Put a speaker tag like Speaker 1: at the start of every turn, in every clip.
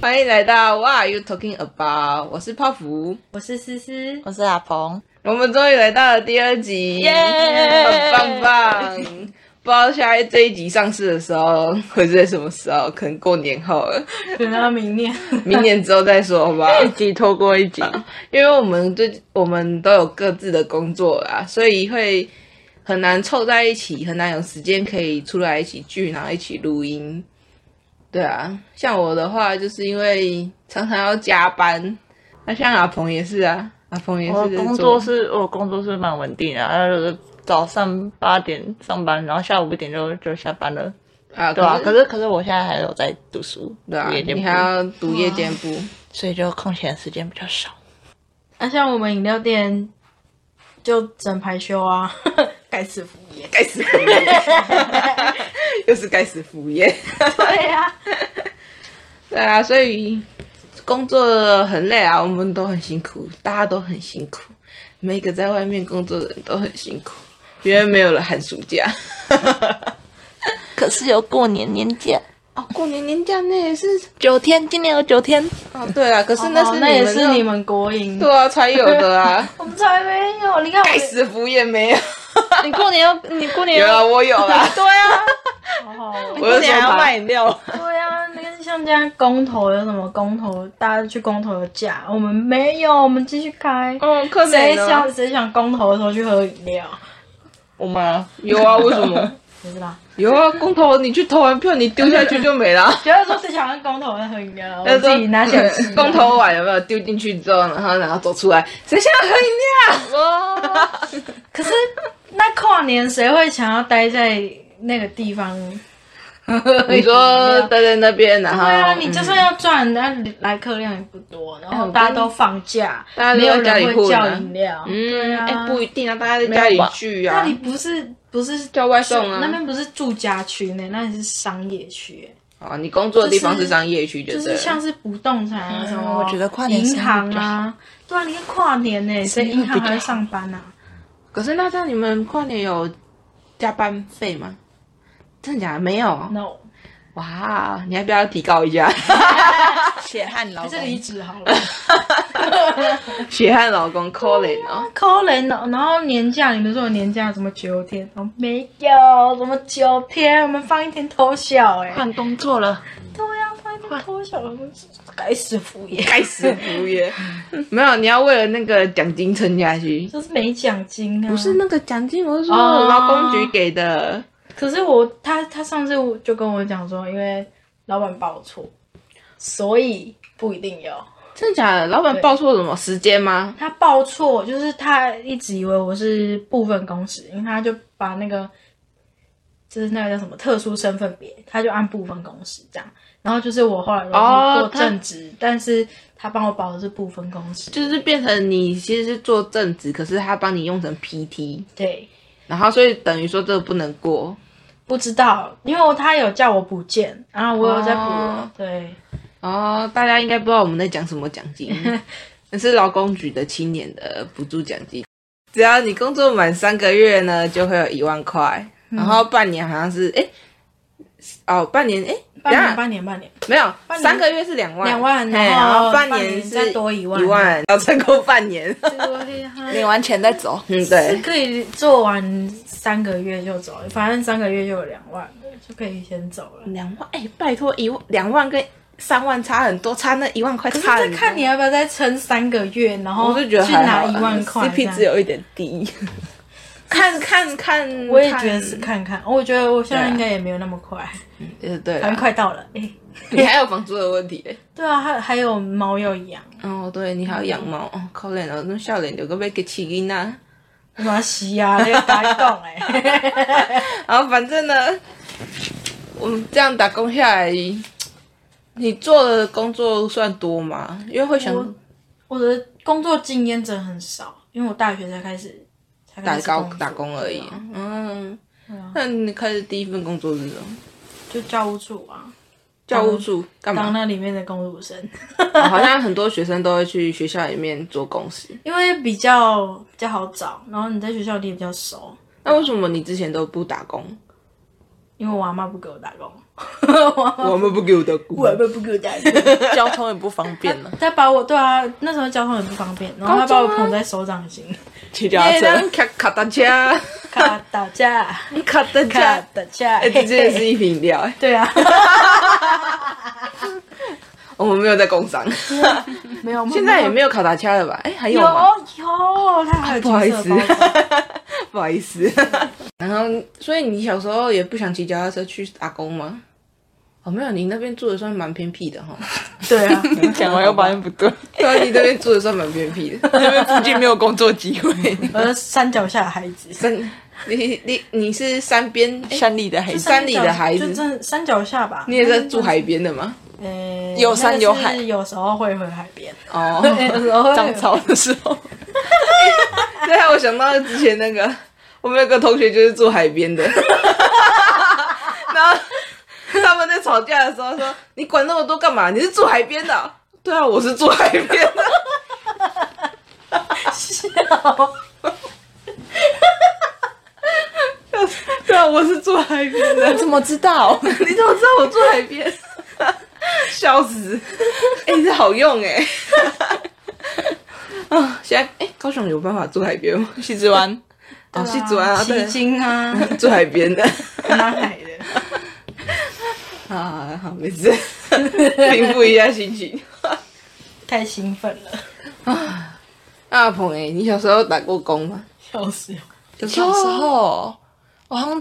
Speaker 1: 欢迎来到 What are you talking about？我是泡芙，
Speaker 2: 我是思思，
Speaker 3: 我是阿鹏，
Speaker 1: 我们终于来到了第二集，
Speaker 3: 耶
Speaker 1: 很棒棒。不知道下一这一集上市的时候会是在什么时候，可能过年后了，
Speaker 2: 等到明年。
Speaker 1: 明年之后再说 好不好？
Speaker 3: 一集拖过一集，
Speaker 1: 因为我们最我们都有各自的工作啦，所以会很难凑在一起，很难有时间可以出来一起聚，然后一起录音。对啊，像我的话，就是因为常常要加班，那像阿鹏也是啊，阿鹏也
Speaker 3: 我
Speaker 1: 是
Speaker 3: 工作是我工作是蛮稳定的，啊然后就是早上八点上班，然后下午五点就就下班了，
Speaker 1: 啊，
Speaker 3: 对吧、可是可是我现在还有在读书，
Speaker 1: 对啊，
Speaker 3: 读研究
Speaker 1: 你
Speaker 3: 部
Speaker 1: 还要读夜间部，
Speaker 3: 所以就空闲时间比较少。
Speaker 2: 那、啊像我们饮料店就整排休啊， 盖世服务业。
Speaker 1: 该死 服务业，又是该死服务业。
Speaker 2: 对啊，
Speaker 1: 对啊，所以工作很累啊，我们都很辛苦，大家都很辛苦，每一个在外面工作的人都很辛苦，因为没有了寒暑假。
Speaker 3: 可是有过年年假
Speaker 1: 哦，过年年假那也是
Speaker 3: 九天，今年有九天，
Speaker 1: 哦， 对啊，可是那
Speaker 2: 哦
Speaker 1: 是
Speaker 2: 那也是你
Speaker 1: 们
Speaker 2: 们国营，
Speaker 1: 对啊才有的 啊，
Speaker 2: 我们才没有。哦你看
Speaker 1: 该
Speaker 2: 我，
Speaker 1: 死服务业没有，
Speaker 3: 你过年要你过年
Speaker 1: 有啊，
Speaker 3: 要
Speaker 1: 我有啦，
Speaker 3: 对啊，
Speaker 2: 好好哦
Speaker 1: 我有什么牌
Speaker 3: 饮料，
Speaker 2: 对啊，那个像这样公投有什么公投，大家去公投有假，我们没有，我们继续开。
Speaker 1: 哦，可
Speaker 2: 谁
Speaker 1: 能哦
Speaker 2: 想谁想公投的时候去喝饮料？
Speaker 3: 我们啊
Speaker 1: 有啊？为什 么？
Speaker 2: 不知道。
Speaker 1: 有啊，公投你去投完票，你丢下去就没了。
Speaker 2: 觉得说谁想要公投要喝饮料，
Speaker 1: 那
Speaker 2: 我
Speaker 1: 时候
Speaker 2: 自己拿啊起来吃。
Speaker 1: 公投嗯碗有没有丢进去之后，然后然后走出来，谁想要喝饮料？
Speaker 3: 哇，
Speaker 2: 可是那跨年谁会想要待在那个地方？
Speaker 1: 你说待在那边，然后
Speaker 2: 对啊，你
Speaker 1: 嗯
Speaker 2: 就算要赚，那来客量也不多，
Speaker 1: 哎
Speaker 2: 然后大家都放假，
Speaker 1: 大家
Speaker 2: 没
Speaker 1: 都
Speaker 2: 有
Speaker 1: 在家里
Speaker 2: 人会
Speaker 1: 混
Speaker 2: 叫
Speaker 1: 啊
Speaker 2: 饮料。
Speaker 1: 嗯，哎、
Speaker 2: 啊
Speaker 1: 不一定啊，大家在家里聚
Speaker 2: 那
Speaker 1: 啊
Speaker 2: 里，不是不是
Speaker 1: 叫外送啊
Speaker 2: 那边不是住家区呢，那里是商业区，
Speaker 1: 啊，你工作的地方是商业区，就
Speaker 2: 就
Speaker 1: 对
Speaker 2: 是像
Speaker 1: 了。
Speaker 2: 是不动产
Speaker 1: 嗯
Speaker 2: 啊什么。
Speaker 3: 我觉得跨年生意
Speaker 2: 银行
Speaker 3: 比较
Speaker 2: 啊，对啊，你看跨年呢，谁银行还会上班啊？
Speaker 1: 可是那这样你们跨年有加班费吗？真的假的？没有。啊
Speaker 2: No，
Speaker 1: 哇，你要不要提高一 下？
Speaker 3: 血汗劳
Speaker 2: 还
Speaker 3: 工
Speaker 2: 是离职好了。
Speaker 1: 血汗老公 Colin 哦，
Speaker 2: 扣人，然后年假，你们说有年假什么九天？哦，没有，什么九天，我们放一天偷笑、欸，哎，
Speaker 3: 换工作了，
Speaker 2: 对
Speaker 1: 啊
Speaker 2: 呀、放一天偷笑，我们该死服业，
Speaker 1: 该死服务业。没有，你要为了那个奖金撑下去。
Speaker 2: 就是没奖金啊。
Speaker 1: 不是，那个奖金，我是说
Speaker 2: 哦
Speaker 1: 劳工局给的。
Speaker 2: 可是我他他上次我就跟我讲说，因为老板报错，所以不一定有。
Speaker 1: 真的假的？老板报错什么时间吗？
Speaker 2: 他报错，就是他一直以为我是部分工时，因为他就把那个就是那个叫什么特殊身份别，他就按部分工时这样。然后就是我后来
Speaker 1: 哦
Speaker 2: 我做
Speaker 1: 他
Speaker 2: 正职，但是他帮我保的是部分工时，
Speaker 1: 就是变成你其实是做正职，可是他帮你用成 PT，
Speaker 2: 对，
Speaker 1: 然后所以等于说这个不能过。
Speaker 2: 不知道，因为他有叫我补件，然后我有在补，
Speaker 1: 哦
Speaker 2: 对，
Speaker 1: 哦，大家应该不知道我们在讲什么奖 金，那是劳工局的青年的补助奖金。只要你工作满三个月呢，就会有一万块，然后半年好像是哎、哦，半年哎，等
Speaker 2: 半
Speaker 1: 一
Speaker 2: 年
Speaker 1: 下
Speaker 2: 半年半年，
Speaker 1: 没有，
Speaker 2: 半年
Speaker 1: 三个月是两万，
Speaker 2: 两万
Speaker 1: 嘿
Speaker 2: 然
Speaker 1: 然
Speaker 2: 后
Speaker 1: 后半
Speaker 2: 半
Speaker 1: 年
Speaker 2: 年
Speaker 1: 是
Speaker 2: 再多一万
Speaker 1: 一万，要撑过半年。
Speaker 2: 对啊
Speaker 3: 领完钱再走。
Speaker 1: 嗯，对，
Speaker 2: 可以做完三个月就走，反正三个月就有两万了，就可以先走了。
Speaker 1: 两万，哎、拜托，一万两万跟三万差很多，差那一万块
Speaker 2: 可是
Speaker 1: 差
Speaker 2: 这
Speaker 1: 很多。
Speaker 2: 看你要不要再撑三个月，然后
Speaker 1: 我是觉得
Speaker 2: 去
Speaker 1: 还好
Speaker 2: 拿
Speaker 1: 啦
Speaker 2: 一万块这
Speaker 1: ，CP
Speaker 2: 样。
Speaker 1: 值有一点低。 看看看，
Speaker 2: 我也觉得是看看，我觉得我现在应该也没有那么快，
Speaker 1: 看，呃对啊
Speaker 2: 反
Speaker 1: 啦
Speaker 2: 正快到了。哎，
Speaker 1: 你还有房租的问题嘞。
Speaker 2: 对啊，还还有猫要养，
Speaker 1: 哦，对你还要养猫，哦，可怜哦，那笑脸有个被给啊起因呐。
Speaker 2: 我要洗啊，那个打洞哎。
Speaker 1: 然后反正呢，我们这样打工下来，你做的工作算多吗？因为会想
Speaker 2: 我我的工作经验真的很少，因为我大学才开始才
Speaker 1: 打
Speaker 2: 开始
Speaker 1: 高
Speaker 2: 作
Speaker 1: 打工而已
Speaker 2: 对啊。
Speaker 1: 嗯
Speaker 2: 啊，
Speaker 1: 那你开始第一份工作是什么？
Speaker 2: 就教务处啊。
Speaker 1: 教务处干
Speaker 2: 当
Speaker 1: 嘛、
Speaker 2: 那里面的公路生，
Speaker 1: 哦好像很多学生都会去学校里面做公司。
Speaker 2: 因为比较比较好找，然后你在学校你也比较熟，
Speaker 1: 那为什么你之前都不打工？
Speaker 2: 因为我阿妈不给我打工， 我阿
Speaker 1: 我们不给我打 工。
Speaker 2: 妈不给我打工，
Speaker 3: 交通也不方 便了，
Speaker 2: 他把我对啊，那时候交通也不方便，然后他把
Speaker 1: 啊
Speaker 2: 我捧在手掌心，
Speaker 3: 骑脚踏车。
Speaker 1: 哎卡卡大家，
Speaker 2: 卡打架，
Speaker 1: 卡大
Speaker 2: 卡
Speaker 1: 家，
Speaker 2: 打架，
Speaker 1: 哎、这真的是一瓶饮料、 哎
Speaker 2: 对啊，
Speaker 1: 我们没有在工商，
Speaker 2: 没有，
Speaker 1: 现在也没有卡达恰了吧？哎、还有
Speaker 2: 有
Speaker 1: 吗？
Speaker 2: 有，他还有
Speaker 1: 不好意
Speaker 2: 金
Speaker 1: 思
Speaker 2: 色包装，
Speaker 1: 不好意思。 然后，所以你小时候也不想骑脚踏车去打工吗？哦，没有，你那边住的算蛮偏僻的 哈。
Speaker 2: 对啊，
Speaker 3: 你讲完又发现不对，
Speaker 1: 对啊，你那边住的算蛮偏 僻的。
Speaker 3: 因为附近没有工作机 会。
Speaker 2: 我是山脚下的孩子，
Speaker 1: 山，你你你是山边，哎
Speaker 3: 山里的孩子，
Speaker 1: 山里的孩子
Speaker 2: 就真的山脚下吧，
Speaker 1: 你也是住海边的吗？
Speaker 2: 呃，
Speaker 3: 有山有海
Speaker 2: 那个是有时候会回海边，
Speaker 1: 哦，
Speaker 2: 有 时候会
Speaker 3: 涨潮的时候，
Speaker 1: 对啊，我想到之前那个，我们有个同学就是住海边 的，然后他们在吵架的时候说：“你管那么多干嘛？你是住海边的哦、对啊，我是住海边的。
Speaker 2: 笑，
Speaker 1: 对啊， 我是住海边的。
Speaker 3: 你怎么知道？
Speaker 1: 你怎么知道我住海边？ 笑 死！哎、这好用 哎、啊、现在哎、高雄有办法住海边 吗？
Speaker 3: 西子湾，
Speaker 1: 哦，去住啊，
Speaker 2: 奇
Speaker 1: 对，
Speaker 2: 经啊，
Speaker 1: 住海边的。
Speaker 2: 南海的，
Speaker 1: 啊，好，没 事，平复一下心情。
Speaker 2: 太兴奋了，
Speaker 1: 啊，鹏哎、你小时候打过工吗？
Speaker 2: 笑死
Speaker 1: 小
Speaker 2: 我！
Speaker 1: 时
Speaker 3: 小时候，我好像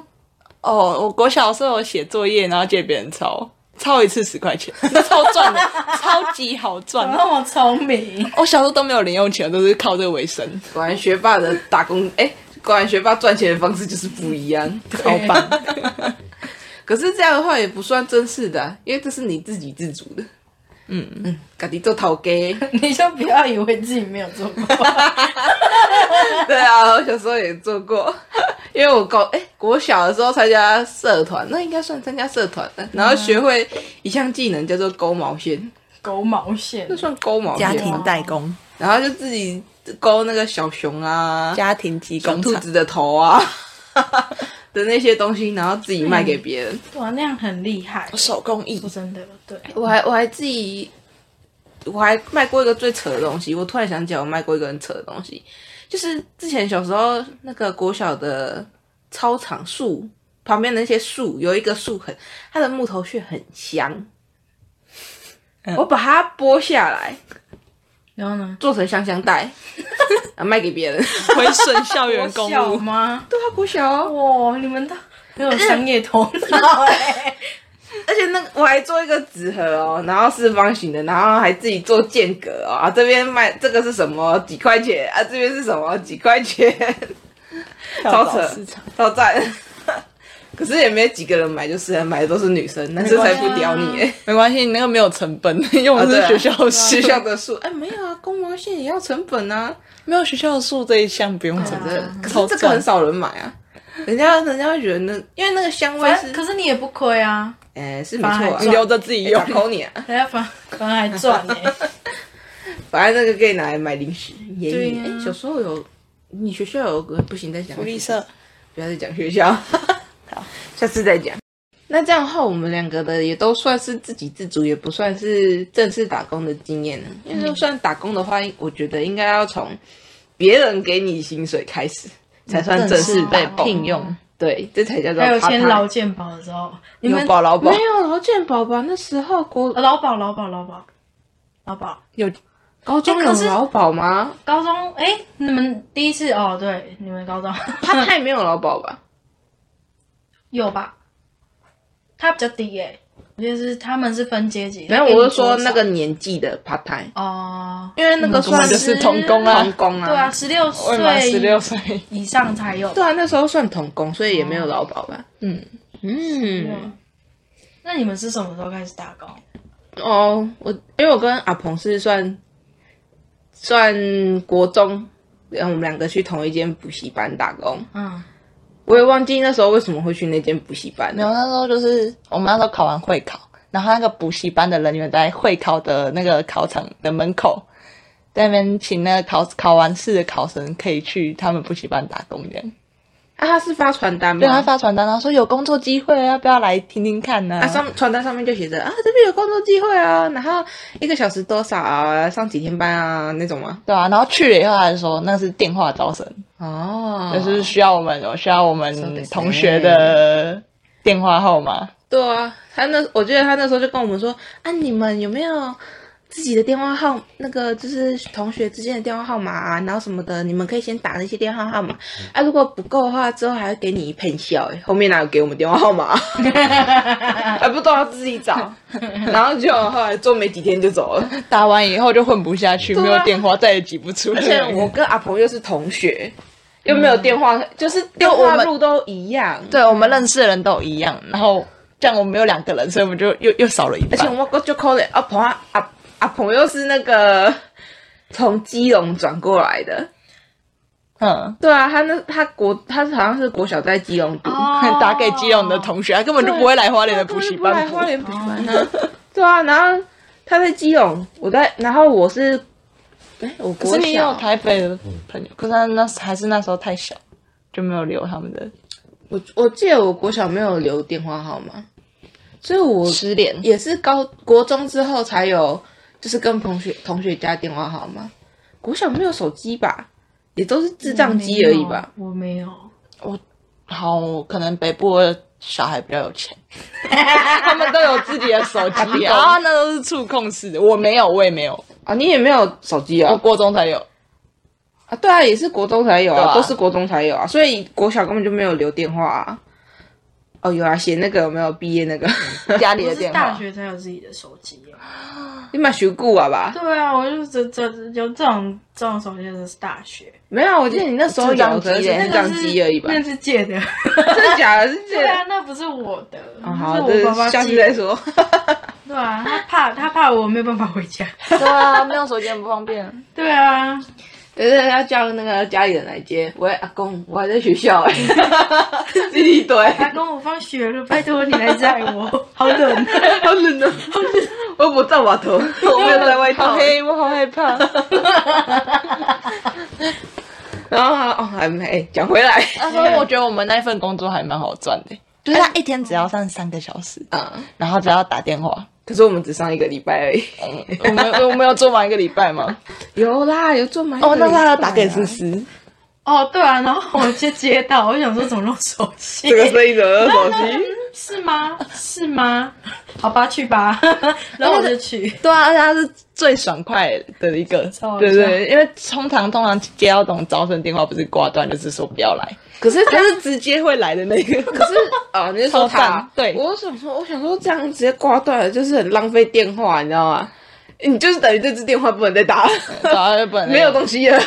Speaker 3: 哦，我国小的时候有写作业，然后借别人抄，抄一次十块 钱，超赚的，超级好赚
Speaker 2: 怎么。那么聪明？
Speaker 3: 我小时候都没有零用钱，都是靠这个为生，
Speaker 1: 果然学霸的打工，哎、果然学霸赚钱的方式就是不一样。
Speaker 3: 超棒。
Speaker 1: 可是这样的话也不算正式的啊、因为这是你自给自足的。
Speaker 3: 嗯
Speaker 1: 嗯，家己做头家。
Speaker 2: 你就不要以为自己没有做过，
Speaker 1: 对啊，我小时候也做过， 因为我高哎、国小的时候参加社团，那应该算参加社团了。然后学会一项技能叫做勾毛线，
Speaker 2: 狗毛线
Speaker 1: 那，算勾毛线吗？
Speaker 3: 代工，
Speaker 1: 然后就自己勾那个小熊啊、
Speaker 3: 家庭及
Speaker 1: 小兔子的头啊 的那些东西，然后自己卖给别人。
Speaker 2: 哇，那样很厉害，
Speaker 3: 手工艺
Speaker 2: 说真的，对，
Speaker 1: 我还我还自己，我还卖过一个最扯的东西。我突然想起来，我卖过一个很扯的东西，就是之前小时候那个国小的操场树旁边的那些树，有一个树很，它的木头屑很香。我把它剥下来，
Speaker 2: 然后呢？
Speaker 1: 做成香香袋， 啊卖给别人。
Speaker 3: 回顺校园 公
Speaker 2: 笑
Speaker 3: 路，
Speaker 2: 吗？
Speaker 1: 对啊，国小哦、
Speaker 2: 哇，你们都很有商业头 脑哎！
Speaker 1: 而且那个我还做一个纸盒哦，然后四方形的，然后还自己做间隔哦，啊这边卖这个是什么几块钱啊，这边是什么几块钱， 超扯
Speaker 3: 跳蚤市场，
Speaker 1: 超赞。 可是也没几个人买，就是了买的都是女生，男生才不屌你 耶。
Speaker 3: 没关系，你那个没有成 本，用
Speaker 1: 啊
Speaker 3: 的
Speaker 1: 对
Speaker 3: 是
Speaker 1: 啊
Speaker 3: 学校
Speaker 1: 学
Speaker 3: 树，
Speaker 1: 校的树，哎没有啊，公毛线也要成本啊。
Speaker 3: 没有学校树这一项不用成
Speaker 1: 这
Speaker 3: 本，
Speaker 1: 啊可
Speaker 3: 超
Speaker 1: 是这个
Speaker 3: 赚
Speaker 1: 很少人买啊，人家人家会觉得那，因为那个香味
Speaker 2: 反正
Speaker 1: 是，
Speaker 2: 可是你也不亏啊，
Speaker 1: 哎是没错啊
Speaker 2: 反
Speaker 3: 你，留着自己
Speaker 1: 有
Speaker 3: 用。
Speaker 1: 口你啊，
Speaker 2: 人家反反而还赚欸呢。
Speaker 1: 反正那个可以拿来买零食。也
Speaker 2: 对
Speaker 1: 对、
Speaker 2: 呀
Speaker 1: 小时候有，你学校有个不行再讲
Speaker 3: 福利社，
Speaker 1: 不要再讲学校， 好，下次再讲。那这样的话，我们两个的也都算是自给自足，也不算是正式打工的经验了。因为就算打工的话，我觉得应该要从别人给你薪水开始，才算嗯正式被
Speaker 2: 打工
Speaker 1: 聘。对，这才叫做
Speaker 2: 还有签
Speaker 1: part-time
Speaker 2: 劳健保的时候，你
Speaker 3: 有
Speaker 2: 们呃
Speaker 3: 保劳保
Speaker 1: 没，有劳健保呃吧？那时候国
Speaker 2: 劳保劳保劳保劳保，
Speaker 3: 有
Speaker 1: 高中
Speaker 2: 哎
Speaker 1: 有
Speaker 2: 可是
Speaker 1: 劳保吗？
Speaker 2: 高中哎、你们第一次哦，对，你们高中
Speaker 1: 他太没有劳保吧？
Speaker 2: 有吧？他比较低耶、我觉得是他们是分阶级。
Speaker 1: 没有，
Speaker 2: 他给你
Speaker 1: 我是说
Speaker 2: 多少
Speaker 1: 那个年纪的 part time。
Speaker 2: 哦、
Speaker 1: 因为那个
Speaker 3: 嗯
Speaker 1: 算
Speaker 3: 就是是童工啊
Speaker 1: 童工啊，
Speaker 2: 对啊，十六
Speaker 3: 未满十
Speaker 2: 岁
Speaker 3: 六岁，
Speaker 2: 以上才有。
Speaker 1: 对啊，那时候算童工，所以也没有劳保吧。
Speaker 3: 嗯，
Speaker 1: 嗯，
Speaker 2: 那你们是什么时候开始打工？
Speaker 1: 哦，我因为我跟阿鹏是算算国中，然后我们两个去同一间补习班打工。
Speaker 2: 嗯，
Speaker 1: 我也忘记那时候为什么会去那间补习班
Speaker 3: 没有，
Speaker 1: 了。
Speaker 3: 那时候就是我们那时候考完会考，然后那个补习班的人员在会考的那个考场的门口，在那边请那个考考完试的考生可以去他们补习班打工这样。
Speaker 1: 啊，他是发传单吗？
Speaker 3: 对他发传单，然后说有工作机会，啊要不要来听听看呢、
Speaker 1: 啊，上传单上面就写着啊，这边有工作机会啊，然后一个小时多少啊，上几天班啊那种吗？
Speaker 3: 对啊，然后去了以后，他就说那是电话招生，
Speaker 1: 哦，
Speaker 3: 就是需要我们，我需要我
Speaker 1: そうです
Speaker 3: 们
Speaker 1: ね
Speaker 3: 同学的电话号码。
Speaker 1: 对啊，他那我记得他那时候就跟我们说啊，你们有没有自己的电话号？那个就是同学之间的电话号码啊，然后什么的，你们可以先打那些电话号码啊，如果不够的话，之后还会给你一盆笑、欸。后面哪有给我们电话号码？还不都要自己找？然后就后来做没几天就走了。
Speaker 3: 打完以后就混不下去，
Speaker 1: 对啊
Speaker 3: 没有电话再也挤不出来。
Speaker 1: 而且我跟阿鹏又是同学，又没有电话，嗯就是电话
Speaker 3: 们
Speaker 1: 路都一样。
Speaker 3: 对我们认识的人都一样，然后这样我们有两个人，所以我们就又又少了一
Speaker 1: 而且
Speaker 3: 半。
Speaker 1: 我我就 call 了阿鹏啊阿阿鹏又是那个从基隆转过来的，
Speaker 3: 嗯，
Speaker 1: 对啊，他那他国他好像是国小在基隆读，
Speaker 3: 打给基隆的
Speaker 2: 哦
Speaker 3: 同学，他根本就不会来哦花莲的补习
Speaker 1: 他
Speaker 3: 班
Speaker 1: 根本就
Speaker 3: 补
Speaker 1: 不来花。莲补习班啊，对啊，然后他在基隆，我在，然后我是，哎，我
Speaker 3: 可
Speaker 1: 国
Speaker 3: 是你有
Speaker 1: 小，
Speaker 3: 台北的朋友，可是他那时还是那时候太小，就没有留他们的
Speaker 1: 我我记得我国小没有留电话号码，所以我
Speaker 3: 失联。
Speaker 1: 也是高国中之后才有，就是跟同学同学加电话号码。国小没有手机吧？也都是智
Speaker 3: 嗯
Speaker 1: 障机而已吧？
Speaker 2: 我没有，
Speaker 3: 好，可能北部的小孩比较有钱，他们都有自己的手机啊，那都是触控式的。我没有，我也没有，
Speaker 1: 啊，你也没有手机
Speaker 3: 我
Speaker 1: 啊？
Speaker 3: 国中才有。
Speaker 1: 啊，对啊，也是国中才有
Speaker 3: 对
Speaker 1: 啊，
Speaker 3: 啊
Speaker 1: 都是国中才有啊，所以国小根本就没有留电话啊。哦，有啊，写那个有没有毕业那个？
Speaker 3: 家里
Speaker 2: 我
Speaker 3: 的
Speaker 2: 是
Speaker 3: 电
Speaker 2: 大
Speaker 3: 话，
Speaker 2: 学才有自己的手机啊耶。
Speaker 1: 你买学故啊吧？
Speaker 2: 对啊，我就这这有这种这种手机真的是大学，
Speaker 1: 没有啊，我记得你那时候
Speaker 3: 智障
Speaker 1: 有
Speaker 3: 机
Speaker 1: 的是
Speaker 3: 耶
Speaker 1: 智
Speaker 2: 那
Speaker 1: 障
Speaker 2: 是
Speaker 1: 机而已吧？
Speaker 2: 那是借的。
Speaker 1: 真的假的？是这
Speaker 2: 对啊，那不是我的，
Speaker 1: 啊
Speaker 2: 那
Speaker 1: 好，
Speaker 2: 是
Speaker 1: 这
Speaker 2: 我爸爸
Speaker 1: 下次
Speaker 2: 借
Speaker 1: 再
Speaker 2: 的。
Speaker 1: 说。
Speaker 2: 对啊，他怕他怕我没有办法回家。
Speaker 3: 对啊，没有手机很不方便。
Speaker 2: 对啊，
Speaker 1: 对 对，要叫那个家里人来接。喂，阿公，我还在学 校哎、欸，自己堆，
Speaker 2: 他跟我放学了，拜托你来载我，好冷。
Speaker 1: 好冷哦， 我不罩瓦头，我没有带外
Speaker 3: 好
Speaker 1: 套。
Speaker 3: 黑，我好害怕。
Speaker 1: 然后哦，还没哎讲回来，
Speaker 3: 他说：“我觉得我们那份工作还蛮好赚的，就是他啊一天只要上三个小时，
Speaker 1: 嗯，
Speaker 3: 然后只要打电话。
Speaker 1: 可是我们只上一个礼拜而已。
Speaker 3: 我们我们有做满一个礼拜吗？
Speaker 1: 哦有 啦，有做满一个
Speaker 3: 哦，那
Speaker 1: 礼拜
Speaker 3: 他
Speaker 1: 啊
Speaker 3: 要打给思，思，
Speaker 2: 哦，对啊，然后我就接到，我想说怎么弄手机？嗯
Speaker 1: 这个声音怎么手机？
Speaker 2: 是吗？是吗？好吧，去吧。然后我就去。
Speaker 3: 对啊，而且他是最爽快的一个
Speaker 2: 超，好
Speaker 3: 对对，因为通常通常接到这种招生电话，不是挂断就是说不要 来，
Speaker 1: 可是
Speaker 3: 他是直接会来的那个。
Speaker 1: 可是哦，你是说
Speaker 3: 超赞
Speaker 1: 他？
Speaker 3: 对
Speaker 1: 我想说，我想说这样直接挂断了，就是很浪费电话，你知道吗？你就是等于这支电话不能再打了，
Speaker 3: 对啊，日本
Speaker 1: 没有东西了。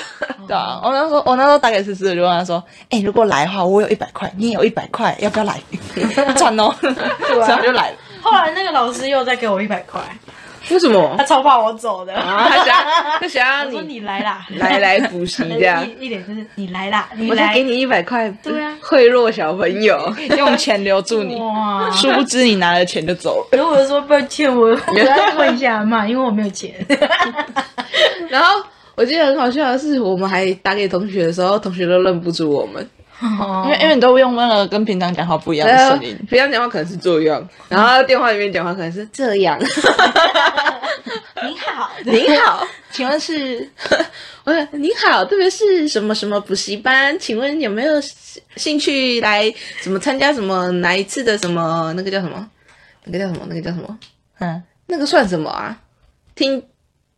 Speaker 3: 对啊，我那时候我那时候打给思思，我就问他说：“哎、如果来的话，我有一百块，你也有一百块，要不 要来赚哦？” 然后就来了。
Speaker 2: 后来那个老师又再给我一百块，
Speaker 1: 为什么
Speaker 2: 他？超怕我走的。
Speaker 1: 啊，他想要他想要
Speaker 2: 我说
Speaker 1: 你
Speaker 2: 你来啦，
Speaker 1: 来来补习这样，
Speaker 2: 一一脸就是你来啦，你
Speaker 1: 我
Speaker 2: 来
Speaker 1: 再给你一百块，嗯
Speaker 2: 对啊
Speaker 1: 贿赂小朋友。
Speaker 3: 用 钱留住你，
Speaker 2: 哇。
Speaker 3: 殊不知你拿了钱就走了。
Speaker 2: 如果说抱 歉，我我要问一下阿妈，因为我没有钱。
Speaker 1: 然后我记得很好笑的是，我们还打给同学的时候，同学都认不出我们，
Speaker 3: 因为因为你都用那个跟平常讲话不一样的声音，
Speaker 1: 平常讲话可能是这样，然后电话里面讲话可能是这样。
Speaker 2: 你好，
Speaker 1: 您好，
Speaker 3: 请问是
Speaker 1: 我说您好，特别是什么什么补习班，请问有没有兴趣来什么参加什么哪一次的什么那个叫什么那个叫什么那个叫什么
Speaker 3: 嗯
Speaker 1: 那个算什么啊？听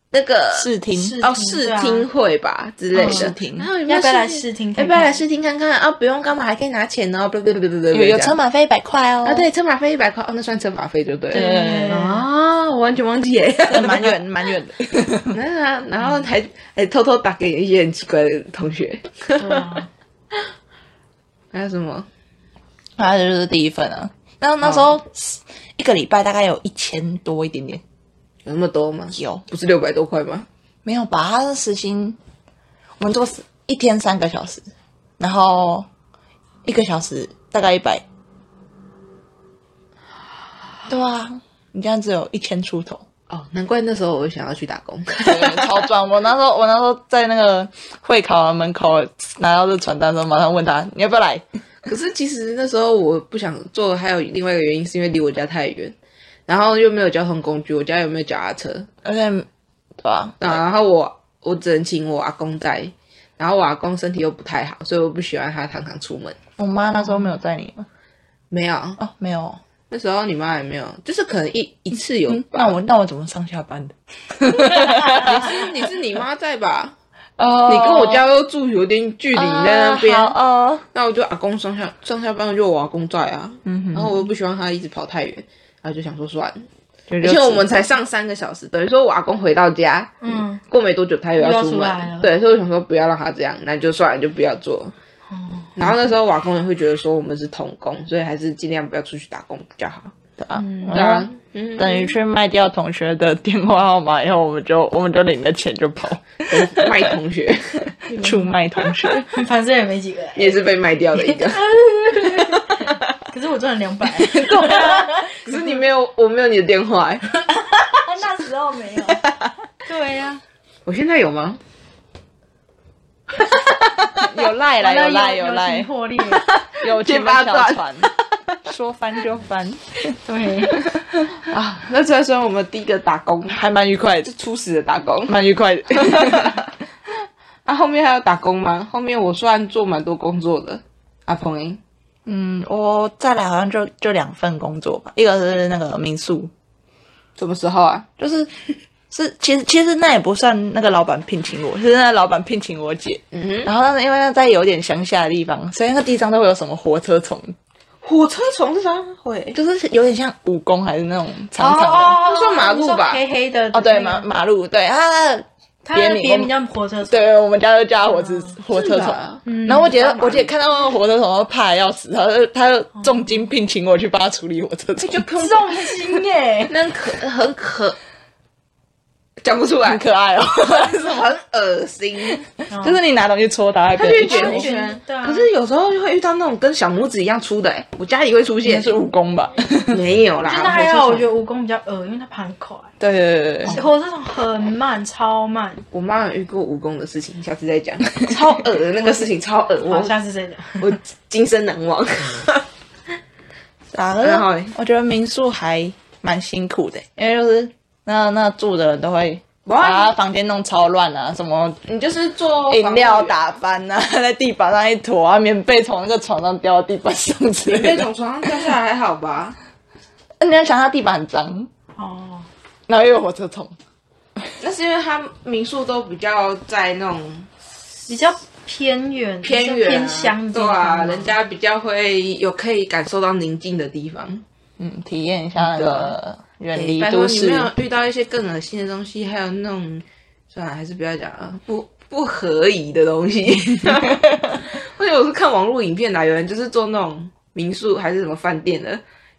Speaker 1: 那个
Speaker 3: 试听
Speaker 2: 试
Speaker 1: 哦，
Speaker 2: 听
Speaker 1: 试
Speaker 2: 对啊
Speaker 1: 听会吧之类的。
Speaker 2: 嗯试
Speaker 3: 听
Speaker 1: 然后有没有
Speaker 2: 要不要来
Speaker 1: 试
Speaker 2: 试听
Speaker 1: 要
Speaker 2: 看看？
Speaker 1: 不要来试听看看啊？不用干嘛，还可以拿钱哦。不不不不不不，
Speaker 3: 有有
Speaker 1: 这
Speaker 3: 车
Speaker 1: 样
Speaker 3: 马费一百块哦，
Speaker 1: 啊？对，车马费一百块哦，那算车马费对不
Speaker 3: 对
Speaker 1: 对？
Speaker 3: 对对
Speaker 1: 啊，我完全忘记耶。
Speaker 3: 对， 蛮远蛮 远的。
Speaker 1: 然后然后还还偷偷打给一些很奇怪的同学，
Speaker 2: 对 啊
Speaker 1: 还有什么？
Speaker 3: 然后就是第一份啊，那那时候一个礼拜大概有一千多一点点，
Speaker 1: 有那么多吗？
Speaker 3: 有
Speaker 1: 不是六百多块吗？
Speaker 3: 没有吧？他的时薪我们做四一天三个小时，然后一个小时大概一百。对啊，你这样只有一千出头，
Speaker 1: 哦，难怪那时候我会想要去打工。
Speaker 3: 对超赚！我那时候我那时候在那个会考的门口拿到这传单的时候，马上问他你要不要来？
Speaker 1: 可是其实那时候我不想做，还有另外一个原因是因为离我家太远，然后又没有交通工具，我家又没有脚踏车，
Speaker 3: 而且对吧、
Speaker 1: 啊然后我我只能请我阿公带，然后我阿公身体又不太好，所以我不喜欢他常常出门。
Speaker 3: 我妈那时候没有载你吗？
Speaker 1: 没有，
Speaker 3: 哦，没有。
Speaker 1: 那时候你妈也没有，就是可能一一次有吧。
Speaker 3: 那我那我怎么上下班的？
Speaker 1: 你是你妈在吧？
Speaker 3: 哦
Speaker 1: 你跟我家又住有点距离在那边，
Speaker 3: 啊好哦，
Speaker 1: 那我就阿公上下上下班我就我阿公在啊，然后我又不喜欢他一直跑太远，然后就想说算了，
Speaker 3: 而
Speaker 1: 而且我们才上三个小时，等于说我阿公回到家，
Speaker 2: 嗯，
Speaker 1: 过没多久他又
Speaker 2: 又
Speaker 1: 要
Speaker 2: 要
Speaker 1: 出
Speaker 2: 出
Speaker 1: 门，
Speaker 2: 来了
Speaker 1: 对，所以我想说不要让他这样，那就算了，就不要做。然后那时候瓦工人会觉得说我们是童工，所以还是尽量不要出去打工比较好。
Speaker 3: 啊，
Speaker 1: 对啊，嗯，
Speaker 3: 等于去卖掉同学的电话号码以后，我们就我们就领了钱就跑，
Speaker 1: 卖同学
Speaker 3: 出卖同学。
Speaker 2: 反嗯正也没几个欸。
Speaker 1: 也是被卖掉的一个，
Speaker 2: 可是我赚了两 百，
Speaker 1: 可是你没有，我没有你的电话、欸，
Speaker 2: 那时候没有。对啊 呀、
Speaker 1: 我现在有吗？
Speaker 3: 有赖
Speaker 2: 啊，
Speaker 1: 哦
Speaker 3: 啦，有赖
Speaker 2: 有
Speaker 3: 赖，
Speaker 2: 获 利。
Speaker 3: 有
Speaker 1: 天
Speaker 3: 钱
Speaker 1: 八
Speaker 3: 八小船，说翻就翻，
Speaker 2: 对，
Speaker 1: 啊那这算我们第一个打工，
Speaker 3: 还蛮愉快的，
Speaker 1: 初始的打 工。
Speaker 3: 蛮愉快的。
Speaker 1: 啊，后面还有打工吗？后面我算做蛮多工作的。阿鹏英，
Speaker 3: 嗯，我再来好像就就两份工作吧，一个是那个民宿，
Speaker 1: 什么时候啊？
Speaker 3: 就是 是其实其实那也不算那个老板聘请我，是那个老板聘请我姐。
Speaker 1: 嗯哼，
Speaker 3: 然后但是因为那在有点乡下的地方，所以那个地上都会有什么火车虫，
Speaker 1: 火车虫是啥会？
Speaker 3: 就是有点像蜈蚣还是那种长长的。
Speaker 1: 那算哦马路吧
Speaker 2: 黑黑的。
Speaker 3: 哦，对，马马路，对啊，
Speaker 2: 它的
Speaker 3: 别
Speaker 2: 别
Speaker 3: 名
Speaker 2: 名叫火车。，
Speaker 3: 对，我们家就叫它火车火车
Speaker 1: 哦真
Speaker 3: 虫
Speaker 1: 的。啊
Speaker 2: 嗯
Speaker 3: 然后我姐
Speaker 1: 你知道吗
Speaker 3: 我姐看到那个火车虫，她怕得要死，她就她就
Speaker 1: 哦
Speaker 3: 重金聘请我去帮她处理火车虫，
Speaker 2: 重心耶，
Speaker 1: 那可很可，讲不出来
Speaker 3: 很，可爱哦。
Speaker 1: 很恶心。
Speaker 3: 就是你拿东西戳它，它
Speaker 1: 他
Speaker 3: 可
Speaker 1: 去
Speaker 3: 以
Speaker 1: 卷
Speaker 2: 卷
Speaker 1: 一
Speaker 2: 一
Speaker 3: 戳。
Speaker 1: 圈
Speaker 2: 圈，对 啊
Speaker 1: 可是有时候就会遇到那种跟小拇指一样粗的、欸，我家里会出
Speaker 3: 也
Speaker 1: 现
Speaker 3: 是，蜈蚣吧？
Speaker 1: 没有啦。
Speaker 2: 真的还好，我觉
Speaker 1: 得哦
Speaker 2: 得蜈蚣比较恶，因为它爬很快。
Speaker 3: 对对对对对，
Speaker 2: 火车虫很慢，超慢。
Speaker 1: 我妈有遇过蜈蚣的事情，下次再讲。超恶的那个事情，超恶，
Speaker 2: 好，
Speaker 1: 我
Speaker 2: 下次再讲。
Speaker 1: 我今生难忘。
Speaker 3: 啊，
Speaker 1: 很好欸
Speaker 3: 我觉得民宿还蛮辛苦的，因为就是那那住的人都会把
Speaker 1: 哇，
Speaker 3: 房间弄超乱啊，什么
Speaker 1: 你就是做
Speaker 3: 饮料打翻啊， 在地板上一坨啊，棉被从那个床上掉到地板上之类
Speaker 1: 被
Speaker 3: 的。
Speaker 1: 从床上掉下来还好吧？
Speaker 3: 你要想它地板很脏，
Speaker 2: 哦，
Speaker 3: 然后又有火车桶，
Speaker 1: 那是因为他民宿都比较在那种
Speaker 2: 比较偏远，
Speaker 1: 偏远、
Speaker 2: 偏乡的地
Speaker 1: 对
Speaker 2: 方
Speaker 1: 啊，人家比较会有可以感受到宁静的地方。哎
Speaker 3: 嗯，体验一下那个远离
Speaker 1: 啊拜托
Speaker 3: 都
Speaker 1: 你没
Speaker 3: 市。
Speaker 1: 有遇到一些更恶心的东西，还有那种，算了，还是不要讲了，不不合宜的东西。 而且我是看网络影片啦，啊有人就是做那种民宿还是什么饭店的，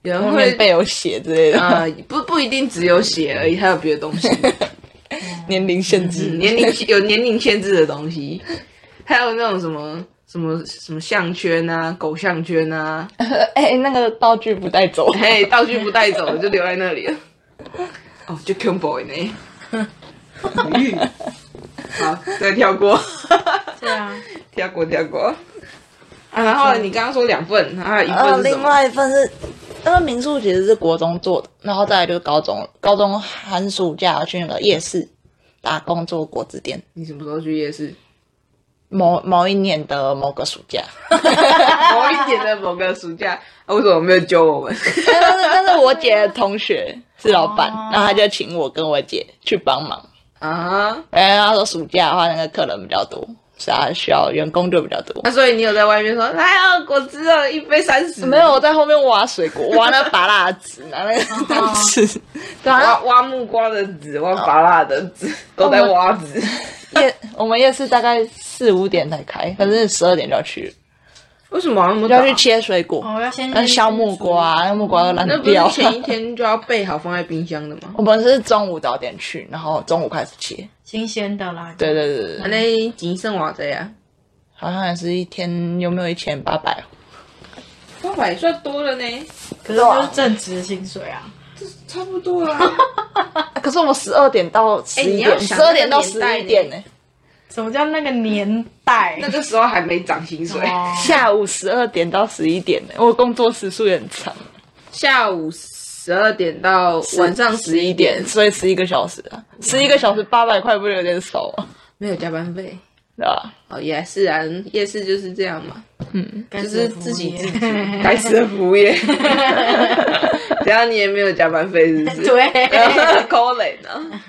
Speaker 1: 有人
Speaker 3: 面
Speaker 1: 会
Speaker 3: 被有血之类的，
Speaker 1: 呃不不一定只有血而已，还有别的东 西，
Speaker 3: 年龄限
Speaker 1: 嗯
Speaker 3: 制，
Speaker 1: 年龄有年龄限制的东西，还有那种什么什么什么项圈啊、狗项圈啊，
Speaker 3: 哎、那个道具不带 走，
Speaker 1: 嘿，道具不带走，就留在那里了。哦，就 Q boy 呢。好，再跳过，
Speaker 2: 对啊，
Speaker 1: 跳过，跳过。啊，然后你刚刚说两份，然后还有一份是什
Speaker 3: 呃哦另
Speaker 1: 么？
Speaker 3: 外一份是那个民宿，其实是国中做的，然后再来就是高中，高中寒暑假去那个夜市打工做果汁店，
Speaker 1: 你什么时候去夜市？
Speaker 3: 某某一年的某个暑假，
Speaker 1: 某一年的某个暑假，啊为什么没有揪我们？
Speaker 3: 但是但是我姐的同学是老板，
Speaker 2: 哦
Speaker 3: 然后他就请我跟我姐去帮忙，
Speaker 1: 啊，
Speaker 3: 然后他说暑假的话那个客人比较多，所以他需要员工就比较多。
Speaker 1: 那所以你有在外面说，来啊，果汁哦，一杯三十，
Speaker 3: 没有，我在后面挖水果，挖那个拔蜡籽，拿那 个当吃。对啊，
Speaker 1: 挖挖木瓜的籽，挖芭辣的籽，都在挖籽。
Speaker 3: 夜我们夜市大概四五点才开，可是十二点就要去了，
Speaker 1: 为什么啊那么
Speaker 3: 就
Speaker 1: 早
Speaker 3: 要
Speaker 1: 啊？
Speaker 3: 去切水果，
Speaker 2: 我要先
Speaker 3: 那削木瓜，啊，那木瓜都
Speaker 1: 那
Speaker 3: 烂
Speaker 1: 不是
Speaker 3: 掉。
Speaker 1: 前一天就要备好放在冰箱的 吗？
Speaker 3: 我们是中午早点去，然后中午开始切。
Speaker 2: 新鲜的啦。
Speaker 3: 对对对对
Speaker 1: 啊，
Speaker 3: 对，
Speaker 1: 那钱剩偌济啊？
Speaker 3: 好像也是一天有没有一千八百？啊
Speaker 1: 八百算多了呢。
Speaker 2: 可是就是正职薪水啊，
Speaker 1: 差不多 啊。
Speaker 3: 可是我们十二点到十一
Speaker 1: 哎你要
Speaker 3: 点，
Speaker 1: 想
Speaker 3: 十二点到
Speaker 1: 那个
Speaker 3: 十
Speaker 1: 年代哦
Speaker 3: 一点呢、
Speaker 2: 什么叫那个年代？
Speaker 1: 那个时候还没涨薪水，
Speaker 2: 哦
Speaker 3: 下午十二点到十一点呢、我工作时数也很长，
Speaker 1: 下午十二点到晚上十一点，
Speaker 3: 所以十一个小时啊，十一个小时八百块不是有点少啊？
Speaker 1: 没有加班费。
Speaker 3: 对吧？
Speaker 1: 哦，也是啊，夜市就是这样嘛，
Speaker 2: 就
Speaker 1: 就是自己 自己该死的服务业， 只要你也没有加班费，是不是？
Speaker 2: 对，
Speaker 1: 抠脸呢？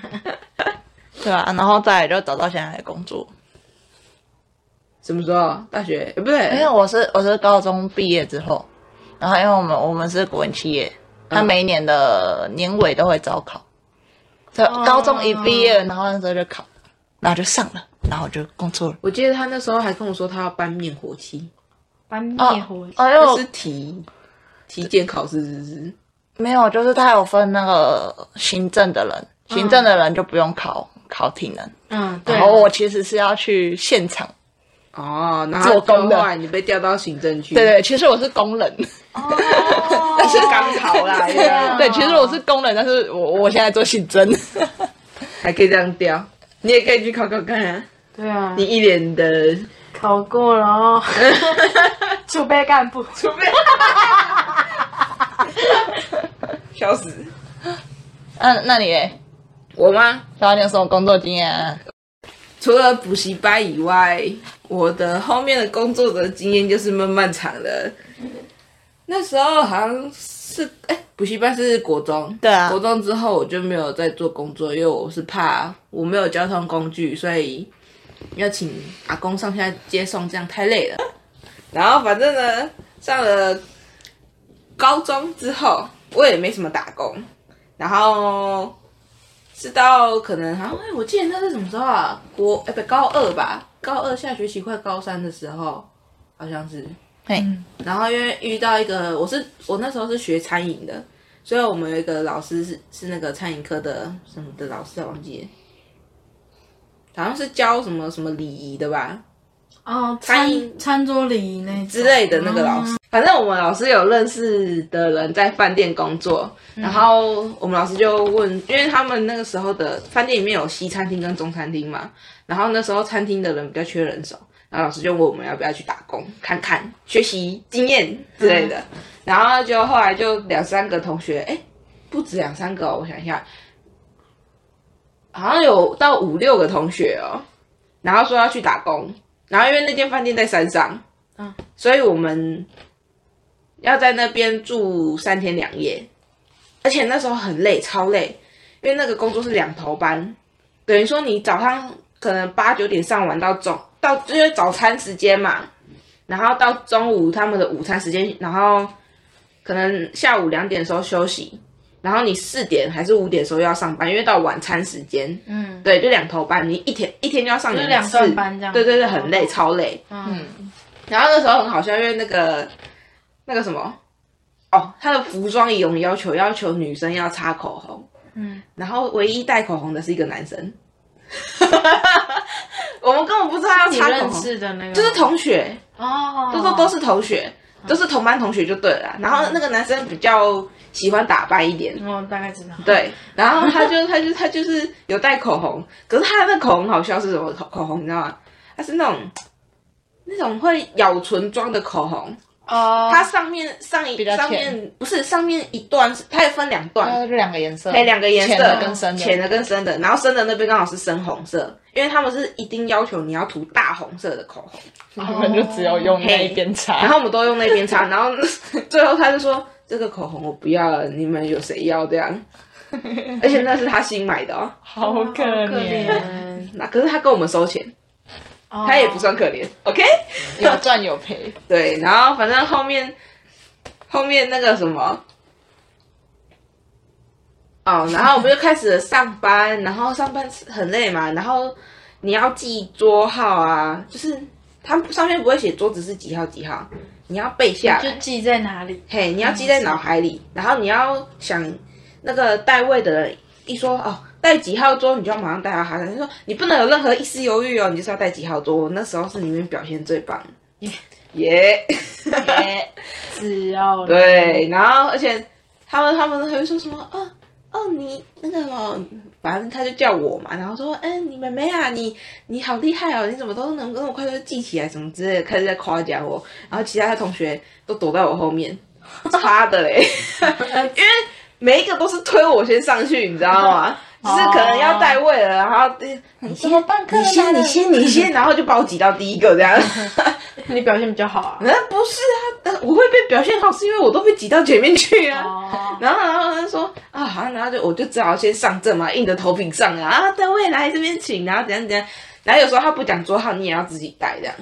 Speaker 3: 对啊，然后再来就找到现在的工作。
Speaker 1: 什么时候？大学？呃不 对，
Speaker 3: 因为我是我是高中毕业之后，然后因为我们我们是国文企业，他每一年的年尾都会招考，所以高中一毕业，然后那时候就考，然后就上了，然后就工作了。
Speaker 1: 我记得他那时候还跟我说他要搬灭火器，
Speaker 2: 玩
Speaker 1: 啊
Speaker 3: 哦
Speaker 2: 灭火器，
Speaker 3: 哦，因为
Speaker 1: 就
Speaker 3: 我
Speaker 1: 是体体检考试，是不是？
Speaker 3: 没有，就是他有分那个行政的人，行政的人就不用考考体能，
Speaker 2: 嗯，对
Speaker 3: 然，后我其实是要去现场，
Speaker 1: 哦，然后
Speaker 3: 做工的
Speaker 1: 就后来你被调到行政区，
Speaker 3: 对，对，其实我是工人，
Speaker 2: 但
Speaker 1: 是刚好啦，原来
Speaker 3: 对，其实我是工人，但是我我现在做行政，
Speaker 1: 还可以这样调，你也可以去考考看啊。
Speaker 2: 对啊
Speaker 1: 你，一脸的
Speaker 2: 考过 了哦，储备干部，储备，
Speaker 1: 笑死
Speaker 3: 嗯、那你嘞，
Speaker 1: 我吗？
Speaker 3: 然后你有什么工作经验、啊？
Speaker 1: 除了补习班以外，我的后面的工作的经验就是漫漫长了。那时候好像是哎，补习班是国中，
Speaker 3: 对啊
Speaker 1: 国中之后我就没有再做工作，因为我是怕我没有交通工具，所以要请阿公上下接送，这样太累了。然后反正呢，上了高中之后，我也没什么打工，然后是到可能好像哎，我记得那是什么时候啊？国哎不高二吧，高二下学期快高三的时候，好像是。
Speaker 3: 嘿，
Speaker 1: 然后因为遇到一个，我是我那时候是学餐饮的，所以我们有一个老师是是那个餐饮科的什么的老师，忘记了，好像是教什么什么礼仪的吧。
Speaker 2: 哦，
Speaker 1: 餐
Speaker 2: 餐
Speaker 1: 饮
Speaker 2: 餐桌礼仪那种嗯
Speaker 1: 之类的那
Speaker 2: 哦
Speaker 1: 个老师。反正我们老师有认识的人在饭店工作，然后我们老师就问，因为他们那个时候的饭店里面有西餐厅跟中餐厅嘛，然后那时候餐厅的人比较缺人手，然后老师就问我们要不要去打工看看，学习经验之类的。然后就后来就两三个同学，哎，不止两三个哦、我想一下，好像有到五六个同学哦，然后说要去打工，然后因为那间饭店在山上，
Speaker 2: 嗯，
Speaker 1: 所以我们要在那边住三天两夜，而且那时候很累，超累，因为那个工作是两头班，等于说你早上可能八九点上完到中到因为早餐时间嘛，然后到中午他们的午餐时间，然后可能下午两点的时候休息，然后你四点还是五点的时候又要上班，因为到晚餐时间，
Speaker 2: 嗯，
Speaker 1: 对，就两头班，你一天一天就要上
Speaker 2: 就是
Speaker 1: 两
Speaker 2: 两
Speaker 1: 次
Speaker 2: 段班这样哦
Speaker 1: 对对对，很累，超累。
Speaker 2: 嗯，
Speaker 1: 然后那时候很好笑，因为那个那个什么，哦，他的服装仪容要求要求女生要擦口红，
Speaker 2: 嗯，
Speaker 1: 然后唯一带口红的是一个男生， 我们根本不知道他要
Speaker 2: 你
Speaker 1: 擦口
Speaker 2: 认
Speaker 1: 红，
Speaker 2: 识的那个
Speaker 1: 就是同学，
Speaker 2: 哦，
Speaker 1: 都都都是同学，都是同班同学就对了啦。然后那个男生比较喜欢打扮一点，
Speaker 2: 哦我大概知道，
Speaker 1: 对，然后他就 他就他就是有带口红，可是他的口红好笑是什么口口红，你知道吗？它是那种那种会咬唇妆的口红，
Speaker 2: 哦，
Speaker 1: 它上面上一
Speaker 3: 比较浅
Speaker 1: 上面不是上面一段是，它也分两段，
Speaker 3: 就两个颜色，
Speaker 1: 配两个颜色，
Speaker 3: 浅的跟深的，
Speaker 1: 浅的跟深的，然后深的那边刚好是深红色，因为他们是一定要求你要涂大红色的口红。
Speaker 3: 我们就只有用那一边
Speaker 1: 哦然
Speaker 3: 擦。
Speaker 1: 后我们都用那边 擦，然后 最后他就说这个口红我不要了，你们有谁要这样？ 而且那是他新买的哦，
Speaker 3: 好可怜，
Speaker 2: 怜，
Speaker 1: 那可是他跟我们收钱，他
Speaker 3: 哦
Speaker 2: 他
Speaker 1: 也不算可怜、o k
Speaker 3: 有赚有赔。
Speaker 1: 对，然后反正后面后面那个什么。哦，然后我们就开始上班，然后上班很累嘛，然后你要记桌号啊，就是他们上面不会写桌子是几号几号，你要背下来，
Speaker 2: 就记在哪里，
Speaker 1: 嘿，你要记在脑海里，然后你要想那个带位的人一说哦带几号桌，你就要马上带到他。他说你不能有任何一丝犹豫哦，你就是要带几号桌。我那时候是里面表现最棒，耶、
Speaker 3: 耶
Speaker 1: 哎
Speaker 2: 只要
Speaker 1: 对，然后而且他们他们会说什么啊？哦，你那个什么，反正他就叫我嘛，然后说，哎、你妹妹啊，你你好厉害哦，你怎么都能那么快就记起来，什么之类的，开始在夸奖我，然后其他的同学都躲在我后 面，差的嘞，因为每一个都是推我先上去，你知道 吗？就是可能要带位了，然后哦你先
Speaker 3: 办课
Speaker 1: 你先你先你先， 然后就把我挤到第一个这样。
Speaker 2: 你表现比较好啊。
Speaker 1: 那不是啊，呃我会被表现好，是因为我都被挤到前面去啊。
Speaker 2: 哦，
Speaker 1: 然后，然后他说啊，好，然后就我就只好先上阵嘛，硬着头皮上啊，啊，单位来这边请，然后怎样怎样，然后有时候他不讲桌号，你也要自己带这样。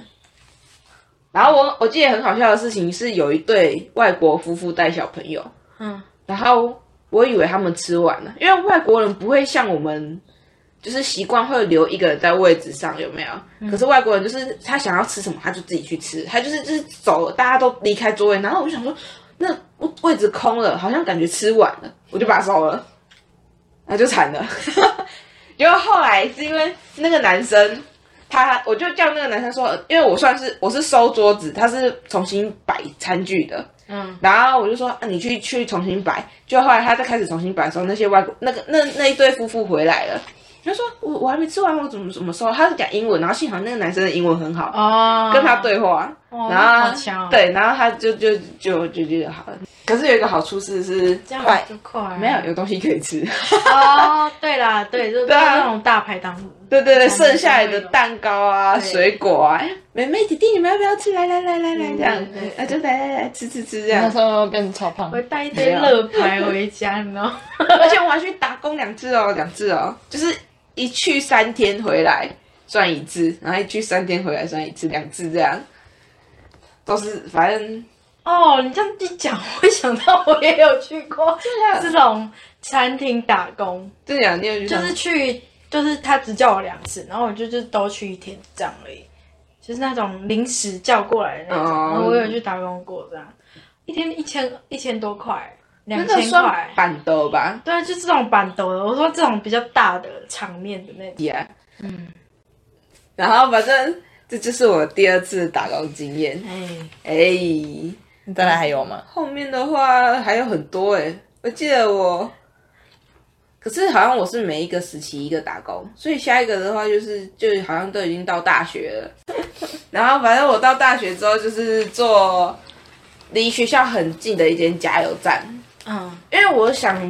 Speaker 1: 然后我我记得很好笑的事情是，有一对外国夫妇带小朋友，
Speaker 2: 嗯，
Speaker 1: 然后我以为他们吃完了，因为外国人不会像我们，就是习惯会留一个人在位置上，有没有？可是外国人就是他想要吃什么，他就自己去吃，他就是就是走，大家都离开座位，然后我就想说，那位置空了，好像感觉吃完了，我就把手了，那就惨了。 结果后来是因为那个男生。他，我就叫那个男生说，因为我算是我是收桌子，他是重新摆餐具的，
Speaker 2: 嗯，
Speaker 1: 然后我就说，啊、你去去重新摆。就后来他在开始重新摆的时候，那些外国那个那那一对夫妇回来了，他说我我还没吃完，我怎么怎么收？他是讲英文，然后幸好那个男生的英文很好，
Speaker 2: 哦，
Speaker 1: 跟他，对话，
Speaker 2: 哦、
Speaker 1: 然后、
Speaker 2: 好强、哦，，
Speaker 1: 对，然后他就就就就就好了。可是有一个好处是是
Speaker 2: 这样
Speaker 1: 快，
Speaker 2: 就快啊，
Speaker 1: 没有有东西可以吃。
Speaker 2: 哦，对啦，对，就是
Speaker 1: 对啊
Speaker 2: 那种大排档，
Speaker 1: 对对对，
Speaker 2: 从来
Speaker 1: 剩下来的蛋糕啊、
Speaker 2: 对
Speaker 1: 水果啊，哎妹妹弟弟你们要不要吃？来来来来来，
Speaker 2: 嗯
Speaker 1: 这样
Speaker 2: 对对，对
Speaker 1: 啊就来来来吃吃吃这样
Speaker 3: 那。时候变超胖
Speaker 2: 我，会带一堆乐牌回家，你知道吗？
Speaker 1: 而且我还去打工两次哦，两次哦，就是一去三天回来算一次，然后一去三天回来算一次，两次这样，都是反正
Speaker 2: 哦，你这样一讲，我会想到我也有去过 这种餐厅打工，
Speaker 1: 这两天就
Speaker 2: 就是去，就是他只叫我两次，然后我就就都去一天这样而已，就是那种临时叫过来的那种。
Speaker 1: 哦
Speaker 2: 然后我有去打工过这样，一天一千一千多块，两
Speaker 1: 那个
Speaker 2: 千
Speaker 1: 算
Speaker 2: 块。
Speaker 1: 板豆吧，
Speaker 2: 对，啊就这种板斗的，我说这种比较大的场面的那种。
Speaker 1: 也、嗯，然后反正这就是我第二次打工经验，
Speaker 2: 哎，
Speaker 1: 哎、
Speaker 3: 你再来还有吗？
Speaker 1: 后面的话还有很多哎、我记得我，可是好像我是每一个时期一个打工，所以下一个的话就是就好像都已经到大学了， 然后反正我到大学之后就是做离学校很近的一间加油站，
Speaker 2: 嗯，
Speaker 1: 因为我想，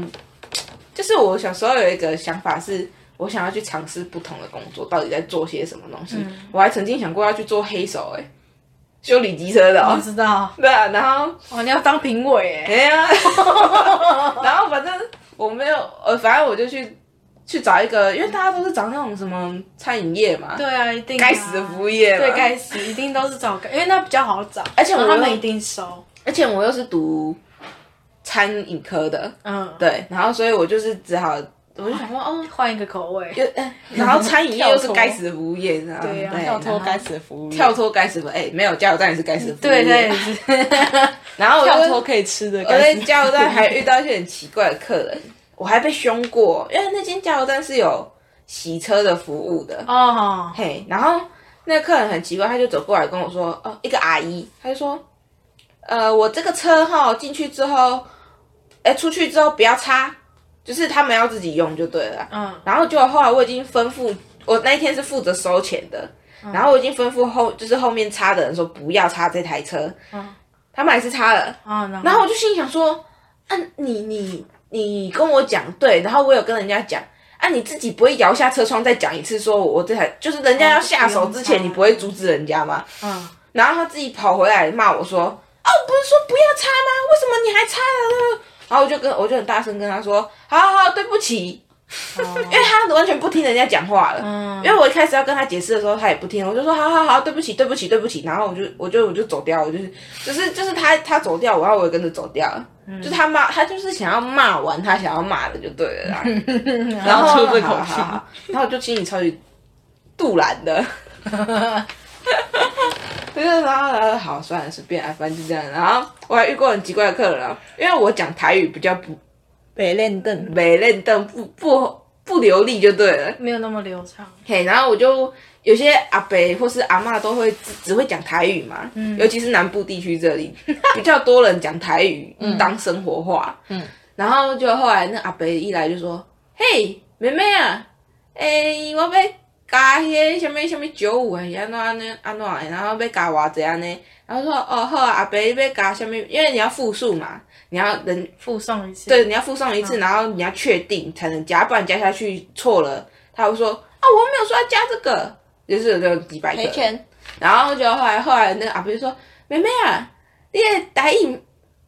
Speaker 1: 就是我小时候有一个想法是。我想要去尝试不同的工作，到底在做些什么东西？
Speaker 3: 嗯
Speaker 1: 我还曾经想过要去做黑手、欸，修理机车的、
Speaker 2: 我
Speaker 3: 嗯
Speaker 1: 哦。
Speaker 2: 知道。
Speaker 1: 对啊，然后
Speaker 2: 哦，你要当评委哎。
Speaker 1: 哎呀，然后反正我没有，呃，反正我就去去找一个，因为大家都是找那种什么餐饮业嘛，
Speaker 2: 对啊，一定啊。
Speaker 1: 该死的服务业嘛，
Speaker 2: 对，该死，一定都是找个，因为那比较好找，
Speaker 1: 而且我
Speaker 2: 然后他们一定收。
Speaker 1: 而且我又是读餐饮科的，
Speaker 2: 嗯，
Speaker 1: 对，然后所以我就是只好，我就想说，哦，
Speaker 2: 换一个口味。
Speaker 1: 又哎然后餐饮业
Speaker 3: 跳脱
Speaker 1: 又是该死的服务业，你知道吗？
Speaker 2: 对啊
Speaker 1: 对
Speaker 3: 跳脱
Speaker 1: 然后
Speaker 3: 该死的服务业，
Speaker 1: 跳脱该死的，哎，没有加油站也是该死的服务业，
Speaker 2: 对对，是
Speaker 1: 然后我就
Speaker 3: 跳脱可以吃的，
Speaker 1: 我在
Speaker 3: 该死
Speaker 1: 加油站还遇到一些很奇怪的客人，我还被凶过，因为那间加油站是有洗车的服务的，
Speaker 2: 哦，
Speaker 1: 嘿，然后那个客人很奇怪，他就走过来跟我说，哦，一个阿姨，他就说，呃，我这个车哈进去之后，哎，出去之后不要擦，就是他们要自己用就对了啊。
Speaker 2: 嗯
Speaker 1: 然后就后来我已经吩咐，我那一天是负责收钱的，然后我已经吩咐后就是后面擦的人说不要擦这台车，
Speaker 2: 嗯
Speaker 1: 他们还是擦了。
Speaker 2: 啊，然
Speaker 1: 然后我就心里想说，啊，你你你跟我讲对，然后我有跟人家讲，啊，你自己不会摇下车窗再讲一次，说我我这台就是人家要下手之前，你不会阻止人家吗？
Speaker 2: 嗯，
Speaker 1: 然后他自己跑回来骂我说，哦，不是说不要擦吗？为什么你还擦了？然后我就跟我就很大声跟他说，好好好，对不起， 因为他完全不听人家讲话了。
Speaker 2: 嗯
Speaker 1: 因为我一开始要跟他解释的时候，他也不听，我就说好好好，对不起，对不起，对不起。然后我就我就我就走掉，我就是就是就是他他走掉，我要我也跟着走掉，
Speaker 3: 嗯
Speaker 1: 就他骂他就是想要骂完他想要骂的就对了 啦。然
Speaker 3: 然
Speaker 1: 后
Speaker 3: 后出这口
Speaker 1: 好好
Speaker 3: 气
Speaker 1: 好好然后我就心里超级杜然的。就是然后然后好算了随便啊，反正就这样。然后我还遇过很奇怪的客人啊，因为我讲台语比较不
Speaker 3: 北练凳，
Speaker 1: 没认凳不不不流利就对了。
Speaker 2: 没有那么流畅。
Speaker 1: 嘿，然后我就有些阿伯或是阿嬷都会只只会讲台语嘛， 尤其是南部地区这里比较多人讲台语当生活话，嗯，然后就后来那阿伯一来就说：“嘿，妹妹啊，诶、我要加迄个什么什么九五还是安怎安怎安怎的，然后要加偌济安尼。”然后说：“哦好啊，阿伯你要加什么？因为你要复数嘛，你要人
Speaker 2: 附送一次。
Speaker 1: 对，你要附送一次，
Speaker 3: 嗯
Speaker 1: 然后你要确定才能加，不然加下去错了，他会说啊，我没有说要加这个，就是有那种几百个
Speaker 3: 赔。钱。
Speaker 1: 然后就后来后来那个阿伯就说，妹妹啊，你的台语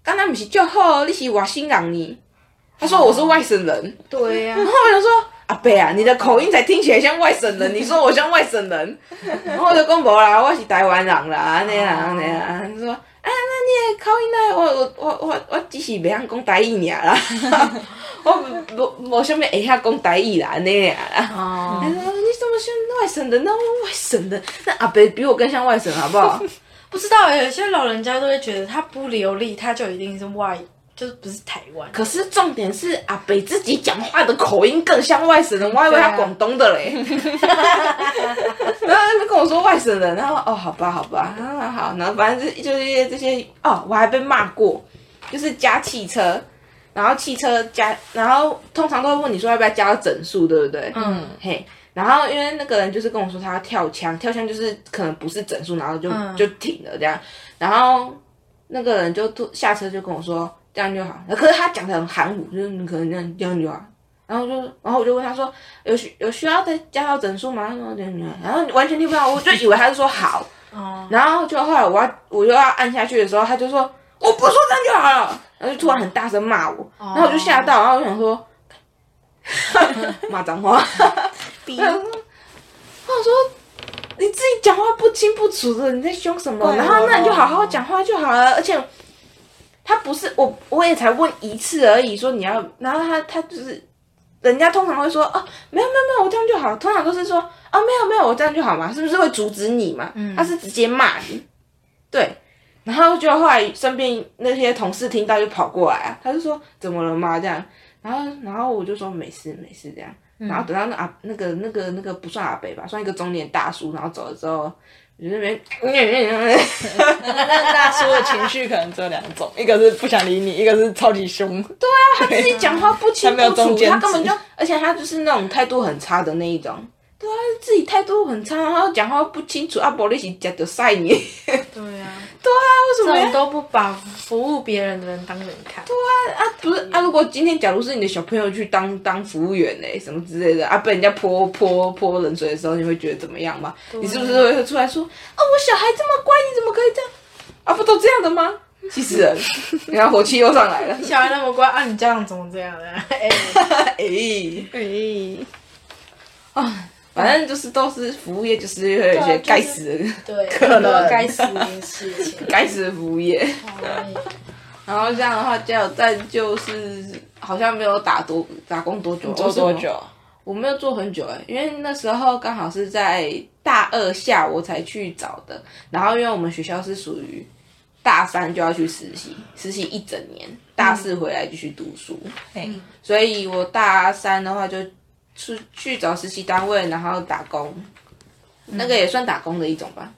Speaker 1: 刚才不是就好，你是外省人呢？他
Speaker 3: 哦
Speaker 1: 说我是外省人，
Speaker 2: 对 呀、
Speaker 1: 然后我就说阿伯啊，你的口音才听起来像外省人，你说我像外省人，然后我就讲无啦，我是台湾人啦，那啦安尼啦，他说。啊，那你的口音呢？我我我我我只是袂晓讲台语尔啦，我无无啥物会晓讲台语啦，安尼尔啦。
Speaker 2: 哦
Speaker 1: 他说：“你怎么像外省人？那我外省人，那阿北比我更像外省，好不好
Speaker 2: 不知道欸有些老人家都会觉得他不流利，他就一定是外，就是不是台湾？”。
Speaker 1: 可是重点是阿北自己讲话的口音更像外省人，我还以为他广东的嘞。然后他跟我说外省人，然后哦，好吧，好吧，啊好，然后反正就就是一些这些哦，我还被骂过，就是加汽车，然后汽车加，然后通常都会问你说要不要加到整数，对不对？嗯
Speaker 2: 嗯，
Speaker 1: 嘿，然后因为那个人就是跟我说他要跳枪，跳枪就是可能不是整数，然后就、
Speaker 2: 嗯
Speaker 1: 就停了这样，然后那个人就突下车就跟我说这样就好，可是他讲的很含糊，就是你可能这样这样就好。然后就，然后我就问他说，有需有需要再加到整数吗？他说这样就好然后完全听不到，我就以为他是说好，
Speaker 2: 哦，
Speaker 1: 然后就后来我要我又要按下去的时候，他就说我不是说这样就好了，然后就突然很大声骂我，
Speaker 3: 哦
Speaker 1: 然后我就吓到，然后我想说 骂脏话，
Speaker 3: 逼
Speaker 1: 然后我说你自己讲话不清不楚的，你在凶什么？
Speaker 3: 怪我
Speaker 1: 然后那你就
Speaker 3: 咯
Speaker 1: 好好讲话就好了。而且他不是我，我也才问一次而已，说你要，然后他他就是。人家通常会说哦，没有没有没有，我这样就好。通常都是说哦，没有没有，我这样就好嘛，是不是会阻止你嘛？
Speaker 2: 嗯
Speaker 1: 他是直接骂你，对。然后就后来身边那些同事听到就跑过来啊，他就说怎么了嘛这样，然后然后我就说没事没事这样，然后等到那阿那个那个那个不算阿北吧，算一个中年大叔，然后走了之后，我就那边
Speaker 3: 那大叔的情绪可能只有两种，一个是不想理你，一个是超级凶。对啊，他
Speaker 1: 自己讲话不清
Speaker 3: 他没有
Speaker 1: 不楚
Speaker 3: 中，间
Speaker 1: 他根本
Speaker 3: 值
Speaker 1: 就，而且他就是那种态度很差的那一种。对啊，自己态度很差，然后讲话不清楚，啊，不然你是讲的晒你，为
Speaker 2: 对呀、啊，
Speaker 1: 什
Speaker 2: 这
Speaker 1: 么要
Speaker 2: 种都不把服务别人的人当人看。
Speaker 1: 啊，不是啊！如果今天假如是你的小朋友去当当服务员嘞、什么之类的啊，被人家泼泼泼冷水的时候，你会觉得怎么样吗？
Speaker 3: 啊
Speaker 1: 你是不是会出来说啊，我小孩这么乖，你怎么可以这样？啊，不都这样的吗？气死人！然后火气又上来了。
Speaker 2: 小孩那么乖，啊，你家长怎么这样的？
Speaker 1: 哎、
Speaker 2: 哎、
Speaker 1: 啊
Speaker 3: 哎，
Speaker 1: 反正就是都是服务业，就是会有一
Speaker 2: 对啊
Speaker 1: 些
Speaker 2: 就是
Speaker 1: 该死的、
Speaker 2: 对，
Speaker 3: 可能
Speaker 2: 该死的 事情。
Speaker 1: 该死的服务业。
Speaker 2: 哦
Speaker 1: 然后这样的话，加油站就是好像没有打多打工多久，哦
Speaker 3: 做多久？
Speaker 1: 我没有做很久哎、因为那时候刚好是在大二下我才去找的，然后因为我们学校是属于大三就要去实习，实习一整年，大四回来继续读书，
Speaker 3: 哎，
Speaker 1: 所以我大三的话就出去找实习单位，然后打工，那个也算打工的一种吧，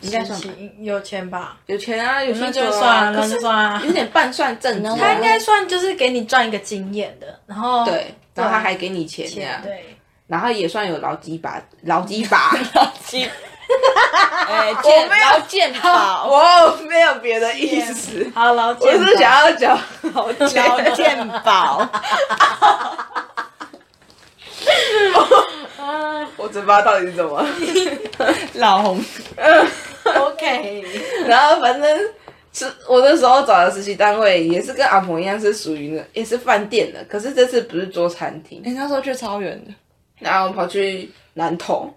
Speaker 1: 应该算吧，
Speaker 2: 有钱吧？
Speaker 1: 有钱啊，有
Speaker 2: 那
Speaker 1: 薪水
Speaker 2: 就
Speaker 1: 啊，
Speaker 2: 算
Speaker 1: 可
Speaker 2: 了，那
Speaker 1: 是
Speaker 2: 就算了
Speaker 1: 有。点半算正职啊，
Speaker 3: 他
Speaker 2: 他应该算就是给你赚一个经验的，然后
Speaker 1: 对，然后他还给你钱这样，
Speaker 2: 对，
Speaker 1: 然后也算有劳基法，劳基 法。
Speaker 3: 鸡，哎，健劳健保，
Speaker 1: 我没有别的意思，
Speaker 2: 好老
Speaker 1: 我
Speaker 2: 健
Speaker 1: 是想要讲好
Speaker 3: 劳
Speaker 1: 健，
Speaker 3: 健保，
Speaker 2: 啊
Speaker 1: 我嘴巴到底是怎么？
Speaker 3: 老红，
Speaker 2: OK，
Speaker 1: 然后反正是我那时候找的实习单位也是跟阿婆一样，是属于那也是饭店的，可是这次不是做餐厅，
Speaker 3: 你那时候去超远的，
Speaker 1: 然后跑去南投，
Speaker 2: 哦，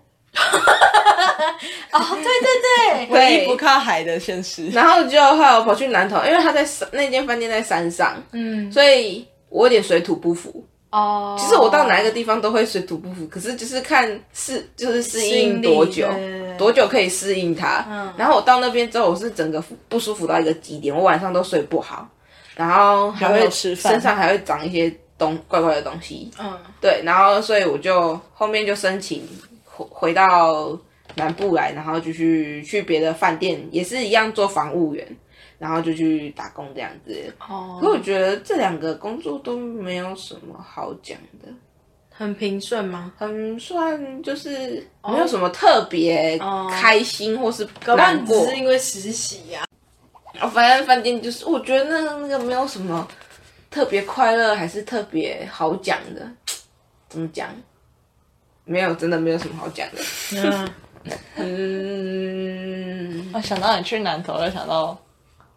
Speaker 2: 对对对，
Speaker 3: 唯
Speaker 1: 对
Speaker 3: 一不靠海的现实。
Speaker 1: 然后就后来我跑去南投，因为他在山那间饭店在山上，
Speaker 2: 嗯，
Speaker 1: 所以我有点水土不服。
Speaker 2: 哦，
Speaker 1: 其实我到哪一个地方都会水土不服，可是就是看适就是适应多久
Speaker 2: 适应力对对对，
Speaker 1: 多久可以适应它。
Speaker 2: 嗯
Speaker 1: 然后我到那边之后，我是整个不舒服到一个极点，我晚上都睡不好，然后还
Speaker 3: 没
Speaker 1: 会
Speaker 3: 有吃饭
Speaker 1: 身上还会长一些东怪怪的东西。
Speaker 2: 嗯，
Speaker 1: 对，然后所以我就后面就申请回回到南部来，然后就去去别的饭店，也是一样做房务员。然后就去打工这样子。
Speaker 2: 哦
Speaker 1: 可我觉得这两个工作都没有什么好讲的，
Speaker 2: 很平顺吗？
Speaker 1: 很嗯算就是没有什么特别
Speaker 2: 哦
Speaker 1: 开心或是
Speaker 2: 但
Speaker 1: 难
Speaker 2: 只
Speaker 1: 过。
Speaker 2: 是因为实习啊呀、
Speaker 1: 哦反正饭店就是，我觉得那个那个没有什么特别快乐，还是特别好讲的。怎么讲？没有，真的没有什么好讲的。
Speaker 2: 嗯，
Speaker 1: 嗯，
Speaker 3: 我想到你去南投，就想到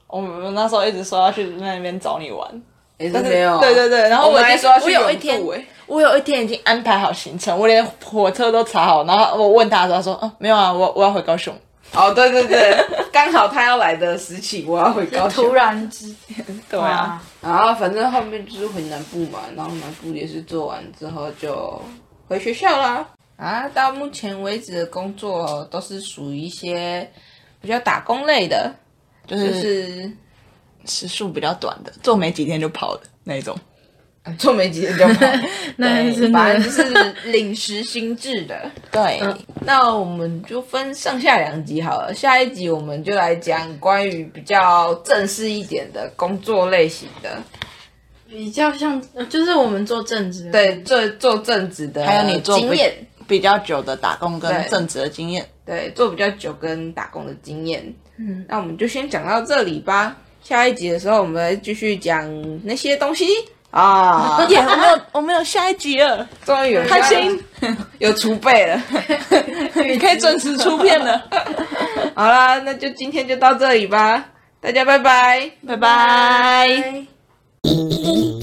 Speaker 3: 我们那时候一直说要去那边找你玩，
Speaker 1: 也是
Speaker 3: 但是
Speaker 1: 没有。
Speaker 3: 对对对，然后
Speaker 1: 我们还
Speaker 3: 已经
Speaker 1: 说要去
Speaker 3: 我有一
Speaker 1: 永
Speaker 3: 天
Speaker 1: 渡欸，
Speaker 3: 我有一天已经安排好行程，我连火车都查好，然后我问他的时候，他说，嗯，没有啊，我我要回高雄，
Speaker 1: 哦，对对对，刚好他要来的时期，我要回高
Speaker 2: 突
Speaker 1: 雄。
Speaker 2: 然之
Speaker 3: 对啊
Speaker 2: 哇，，
Speaker 1: 然后反正后面就是回南部嘛，然后南部也是做完之后就回学校啦。啊，到目前为止的工作都是属于一些比较打工类的，
Speaker 3: 就
Speaker 1: 就是是
Speaker 3: 时速比较短的，做没几天就跑的那一种。
Speaker 1: 啊做没几天就跑，
Speaker 2: 那
Speaker 1: 对
Speaker 2: 是真的
Speaker 1: 反正就是领时薪制的。
Speaker 3: 对，
Speaker 1: 那我们就分上下两集好了，下一集我们就来讲关于比较正式一点的工作类型的，
Speaker 2: 比较像，呃就是我们做正职，，
Speaker 1: 对，做做正职的，
Speaker 3: 还有你做
Speaker 1: 经验，
Speaker 3: 比较久的打工跟
Speaker 1: 对
Speaker 3: 正职的经验。
Speaker 1: 对，做比较久跟打工的经验。
Speaker 2: 嗯，
Speaker 1: 那我们就先讲到这里吧，下一集的时候我们来继续讲那些东西啊，
Speaker 3: 耶，我们有我们有下一集了，
Speaker 1: 终于有
Speaker 3: 开心，
Speaker 1: 有储备 了。
Speaker 3: 你可以准时出片了，
Speaker 1: 好啦，那就今天就到这里吧，大家拜拜。
Speaker 3: 拜拜。
Speaker 2: 拜。
Speaker 4: Thank